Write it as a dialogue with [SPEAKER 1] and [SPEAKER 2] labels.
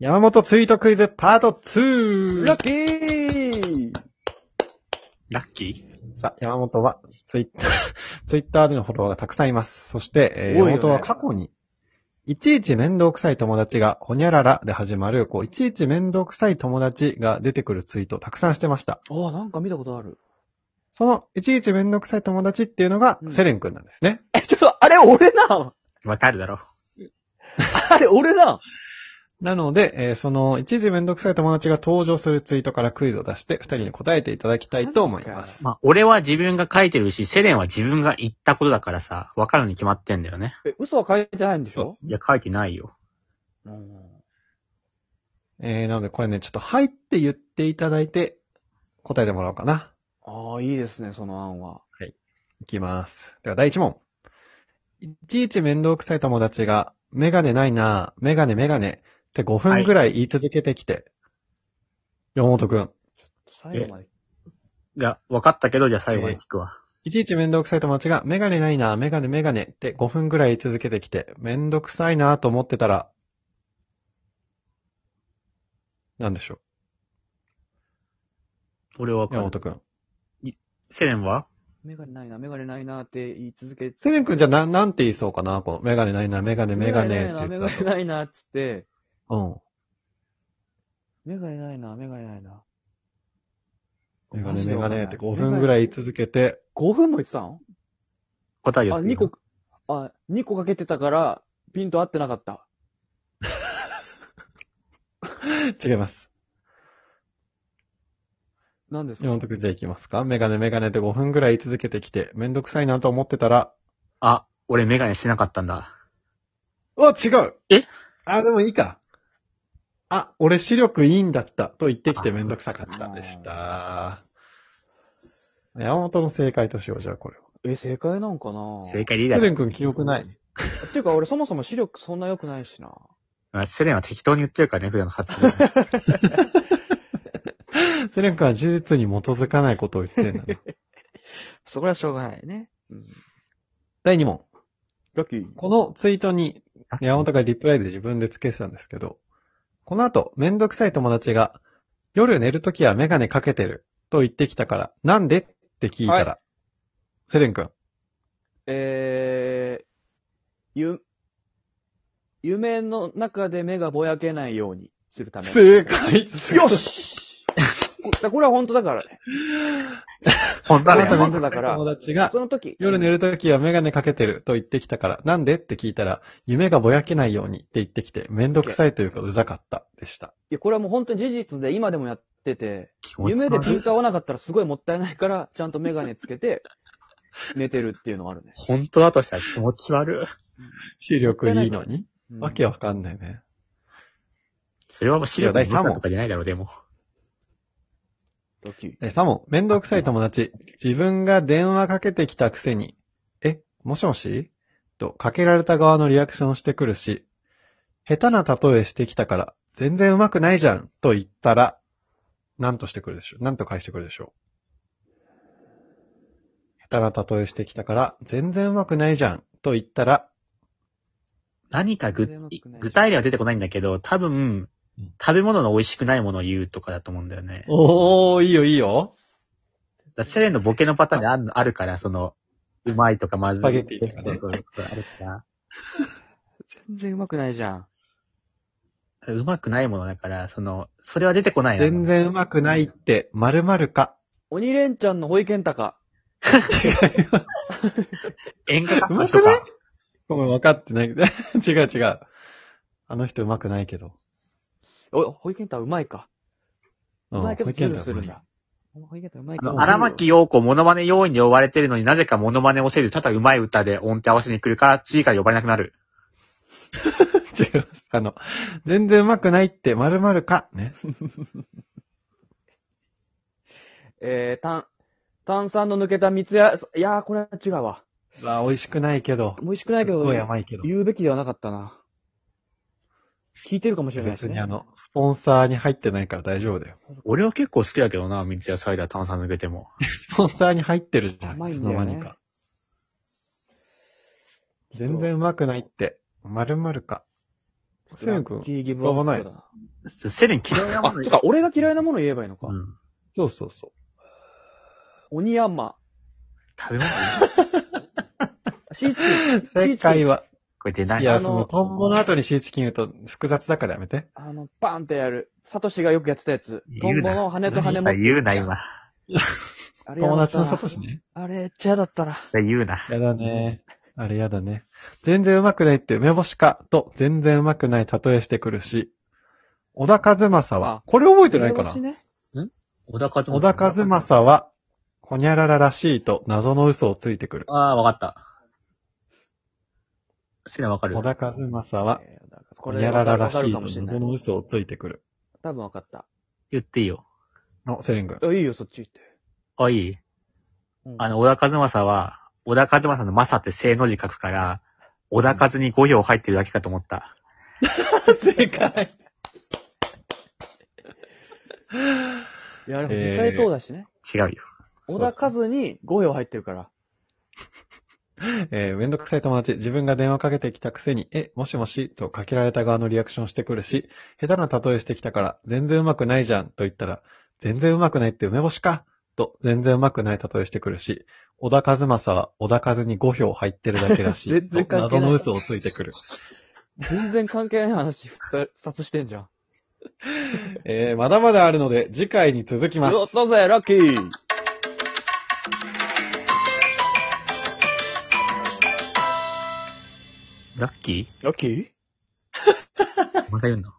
[SPEAKER 1] 山本ツイートクイズパート 2!
[SPEAKER 2] ラッキー
[SPEAKER 3] ラッキー
[SPEAKER 1] さあ、山本はツイッタ ー、ツイッターでのフォロワーがたくさんいます。そして、えー
[SPEAKER 2] 多いよね
[SPEAKER 1] 山本は過去に、いちいち面倒くさい友達が、ほにゃららで始まる、こう、いちいち面倒くさい友達が出てくるツイートをたくさんしてました。
[SPEAKER 2] ああ、なんか見たことある。
[SPEAKER 1] その、いちいち面倒くさい友達っていうのが、
[SPEAKER 2] うん
[SPEAKER 1] セレン君なんですね。
[SPEAKER 2] え、ちょっと、あれ俺な
[SPEAKER 3] わかるだろ。
[SPEAKER 2] あれ俺な
[SPEAKER 1] なので、えーその、いちいち面倒くさい友達が登場するツイートからクイズを出して、二人に答えていただきたいと思います。
[SPEAKER 3] まあ、俺は自分が書いてるし、セレンは自分が言ったことだからさ、わかるに決まってんだよね。
[SPEAKER 2] え、嘘は書いてないんでし
[SPEAKER 1] そう
[SPEAKER 2] ょ
[SPEAKER 1] です
[SPEAKER 3] いや、書いてないよ。
[SPEAKER 2] うん
[SPEAKER 1] えー、なのでこれね、ちょっとはいって言っていただいて、答えてもらおうかな。
[SPEAKER 2] ああ、いいですね、その案は。
[SPEAKER 1] いきます。では第1問。いちいち面倒くさい友達が、メガネないなぁ、メガネメガネって5分ぐらい言い続けてきて、山本くん。
[SPEAKER 2] 最後まで。
[SPEAKER 3] いや、わかったけど、じゃあ最後に聞くわ。
[SPEAKER 1] いちいち面倒くさい友達が、メガネないなぁ、メガネメガネって5分ぐらい言い続けてきて、めんどくさいなぁと思ってたら、なんでしょう
[SPEAKER 3] 俺はわか
[SPEAKER 1] 山
[SPEAKER 3] る。
[SPEAKER 1] 本くん。
[SPEAKER 3] セレンは
[SPEAKER 2] メガネないな、メガネないなって言い続けて。
[SPEAKER 1] セレンくんじゃな、なんて言いそうかなこの、メガネないな、メガネメガネって
[SPEAKER 2] メガネないな、メ
[SPEAKER 1] 言
[SPEAKER 2] ガ
[SPEAKER 1] って
[SPEAKER 2] ネ
[SPEAKER 1] たら。
[SPEAKER 2] ないなっつって、
[SPEAKER 1] うん。
[SPEAKER 2] メガネないな、メガネないな。
[SPEAKER 1] メガネメガネって5
[SPEAKER 2] 五
[SPEAKER 1] 分ぐら
[SPEAKER 2] い。
[SPEAKER 1] い言い続け て、
[SPEAKER 2] 5分も言ってたの
[SPEAKER 3] 答え
[SPEAKER 2] あ、
[SPEAKER 3] よ。
[SPEAKER 2] 2個、あ、2個かけてたから、ピント合ってなかった。
[SPEAKER 1] 違います。
[SPEAKER 2] 何です
[SPEAKER 1] 山
[SPEAKER 2] か
[SPEAKER 1] 本くんじゃあ行きますかメガネメガネって5分ぐらい言い続けてきて、めんどくさいなと思ってたら、
[SPEAKER 3] あ、俺メガネしてなかったんだ。
[SPEAKER 1] あ、違う
[SPEAKER 3] え
[SPEAKER 1] あ、でもいいか。あ、俺視力いいんだったと言ってきて
[SPEAKER 3] あ
[SPEAKER 1] めんどくさかったでした。山本の正解としよう、じゃあこれを。
[SPEAKER 2] え、正解なんかな
[SPEAKER 3] 正解でいいだ
[SPEAKER 1] セレン
[SPEAKER 3] ろ。
[SPEAKER 1] くん記憶ない。
[SPEAKER 2] っていうか俺そもそも視力そんな良くないしな。
[SPEAKER 3] まあセレンは適当に言ってるからね、普段の発言。
[SPEAKER 1] セレンくんは事実に基づかないことを言ってんだ な。
[SPEAKER 2] そこはしょうがないね。うん。
[SPEAKER 1] 第2問。
[SPEAKER 2] ラッキー。
[SPEAKER 1] このツイートに山本がリプライで自分で付けてたんですけど、この後、めんどくさい友達が、夜寝るときはメガネかけてると言ってきたから、なんでって聞いたら、セレン君。
[SPEAKER 2] えー、ゆ、夢の中で目がぼやけないようにするため。
[SPEAKER 1] 正解
[SPEAKER 2] よしここれは本当だか らね。
[SPEAKER 3] 本当
[SPEAKER 1] あ
[SPEAKER 3] だ
[SPEAKER 1] なた
[SPEAKER 3] よ
[SPEAKER 1] め
[SPEAKER 3] ね
[SPEAKER 1] んどくさい友達が
[SPEAKER 2] そ、の時。
[SPEAKER 1] 夜寝るときはメガネかけてると言ってきたから、なんでって聞いたら、夢がぼやけないようにって言ってきて、めんどくさいというかうざかったでした。
[SPEAKER 2] いや、これはもう本当に事実で今でもやってて、
[SPEAKER 3] 気持ち
[SPEAKER 2] 夢でピ
[SPEAKER 3] 悪い
[SPEAKER 2] ント合わなかったらすごいもったいないから、ちゃんとメガネつ けて、寝てるっていうのはあるね。
[SPEAKER 3] 本当だとしたら気持ち悪い。
[SPEAKER 1] 視力いいのに、
[SPEAKER 2] うん
[SPEAKER 1] わけわかんないね。
[SPEAKER 3] それはもう資料の無駄とかじゃないだろ、でも。
[SPEAKER 2] ラッキー。
[SPEAKER 1] え、サモン、めんどくさい友達。自分が電話かけてきたくせに、え、もしもしと、かけられた側のリアクションをしてくるし、下手な例えしてきたから、全然上手くないじゃんと言ったら、なんとしてくるでしょうなんと返してくるでしょう下手な例えしてきたから、全然上手くないじゃんと言ったら、
[SPEAKER 3] 何か
[SPEAKER 2] 全然う
[SPEAKER 3] 具
[SPEAKER 2] まくない
[SPEAKER 3] 具体例は出てこないんだけど、多分
[SPEAKER 1] うん、
[SPEAKER 3] 食べ物の美味しくないものを言うとかだと思うんだよね。
[SPEAKER 1] おー、いいよいいよ。
[SPEAKER 3] だからセレンのボケのパターンであるあるから、その、うまいとかまずい。
[SPEAKER 1] スパゲッティとかね
[SPEAKER 3] そうそうそうあるか
[SPEAKER 2] 全然うまくないじゃん。
[SPEAKER 3] ら。うまくないものだから、その、それは出てこないな。
[SPEAKER 1] 全。然上手くないって、〇〇か。
[SPEAKER 2] 鬼レンチャンの保育園高。
[SPEAKER 1] 違う。
[SPEAKER 3] 演歌歌手
[SPEAKER 1] う
[SPEAKER 3] と
[SPEAKER 1] まく
[SPEAKER 3] か。
[SPEAKER 1] ごめん、分かってない。 違う違う。あの人上手くないけど。
[SPEAKER 2] お、保育園高うまいか。
[SPEAKER 1] う
[SPEAKER 2] うまいけど
[SPEAKER 1] 保育
[SPEAKER 2] ズ
[SPEAKER 1] 園
[SPEAKER 2] ル
[SPEAKER 1] だ
[SPEAKER 2] するんだ。お前保育園高うまいけ
[SPEAKER 3] あ
[SPEAKER 2] ど。
[SPEAKER 3] の、荒牧陽子、モノマネ要員で呼ばれてるのになぜかモノマネをせず、ただうまい歌で音程合わせに来るから、次から呼ばれなくなる。
[SPEAKER 1] 違います。あの、全然上手くないって〇〇か。ね。
[SPEAKER 2] えー、炭、炭酸の抜けた三つや、いやー、これは違うわ。
[SPEAKER 1] あ美味しくないけど。
[SPEAKER 2] 美味しくないけ
[SPEAKER 1] す
[SPEAKER 2] ど、
[SPEAKER 1] ごい甘いけど。
[SPEAKER 2] 言うべきではなかったな。聞いてるかもしれないし
[SPEAKER 1] 別に
[SPEAKER 2] ね
[SPEAKER 1] あ。の、スポンサーに入ってないから大丈夫だよ。
[SPEAKER 3] 俺は結構好きだけどな、三ツ矢サイダー炭酸抜けても。
[SPEAKER 1] スポンサーに入ってるじゃん。
[SPEAKER 2] 甘
[SPEAKER 1] い
[SPEAKER 2] い
[SPEAKER 1] つ
[SPEAKER 2] ん
[SPEAKER 1] の
[SPEAKER 2] だよ
[SPEAKER 1] 間
[SPEAKER 2] ね
[SPEAKER 1] にか。全然上手くないって、〇〇か。セレン君
[SPEAKER 2] ラッキーギブアップだ。
[SPEAKER 3] セレン嫌いな
[SPEAKER 2] あ、
[SPEAKER 3] もの
[SPEAKER 2] てか、俺が嫌いなもの言えばいいのか。
[SPEAKER 3] うん
[SPEAKER 1] そうそうそ
[SPEAKER 2] 鬼山。
[SPEAKER 3] 食べ物
[SPEAKER 2] シーチキン。
[SPEAKER 1] う。正解は。
[SPEAKER 3] これ出ない
[SPEAKER 1] い
[SPEAKER 3] な
[SPEAKER 1] や、
[SPEAKER 2] あ
[SPEAKER 1] そ
[SPEAKER 2] の
[SPEAKER 1] の、トンボの後にシーチキン言うと複雑だからやめて。
[SPEAKER 2] あの、バンってやる。サトシがよくやってたやつ。ト
[SPEAKER 3] 言う
[SPEAKER 2] ン
[SPEAKER 3] な
[SPEAKER 2] ボの羽と羽も。
[SPEAKER 3] 言うな、今。
[SPEAKER 2] あれや
[SPEAKER 1] 友
[SPEAKER 2] だっ
[SPEAKER 1] 達
[SPEAKER 2] たな
[SPEAKER 1] のサトシね。
[SPEAKER 2] あれ、ちゃだったな。
[SPEAKER 3] 言うな。
[SPEAKER 1] やだね。あれやだね。全然うまくないって梅干しかと全然うまくない例えしてくるし、小田和正は
[SPEAKER 2] あ、
[SPEAKER 1] これ覚えてないかな
[SPEAKER 2] 梅干しね
[SPEAKER 3] 小田和正。
[SPEAKER 1] 小田和。正は、ほにゃらららしいと謎の嘘をついてくる。
[SPEAKER 3] ああ、わかった。セレンわかる
[SPEAKER 1] 小。田和正は、
[SPEAKER 2] えーだから
[SPEAKER 1] ほ
[SPEAKER 2] こ
[SPEAKER 1] に
[SPEAKER 2] れ、
[SPEAKER 1] ゃら
[SPEAKER 2] わ
[SPEAKER 1] ら
[SPEAKER 2] からる
[SPEAKER 1] しい
[SPEAKER 2] か
[SPEAKER 1] と
[SPEAKER 2] もしれな
[SPEAKER 1] 謎
[SPEAKER 2] い。
[SPEAKER 1] の嘘をついてくる。
[SPEAKER 2] 多分わかった。
[SPEAKER 3] 言っていいよ。
[SPEAKER 1] お、セレン君。
[SPEAKER 2] あいいよ、そっち行って。
[SPEAKER 3] あ、いい。
[SPEAKER 2] うん
[SPEAKER 3] あの、小田和正は、小田和正の正って正の字書くから、小田和に5票入ってるだけかと思った。
[SPEAKER 2] 正解。いや、でも実際そうだしね。
[SPEAKER 3] 違うよ。
[SPEAKER 2] 小田和に5票入ってるから。
[SPEAKER 1] えーめんどくさい友達、自分が電話かけてきたくせに、え、もしもし、とかけられた側のリアクションしてくるし、下手な例えしてきたから、全然うまくないじゃん、と言ったら、全然うまくないって梅干しかと、全然うまくない例えしてくるし、小田和正は小田和に5票入ってるだけだし、
[SPEAKER 2] 全然
[SPEAKER 1] と
[SPEAKER 2] 関係な
[SPEAKER 1] 謎
[SPEAKER 2] い
[SPEAKER 1] の嘘をついてくる。
[SPEAKER 2] 全然関係ない話、二つしてんじゃん。
[SPEAKER 1] えーまだまだあるので、次回に続きます。
[SPEAKER 2] やったぜ、ラッキー
[SPEAKER 3] ラッキ
[SPEAKER 2] ラッキー
[SPEAKER 3] ーまた言うの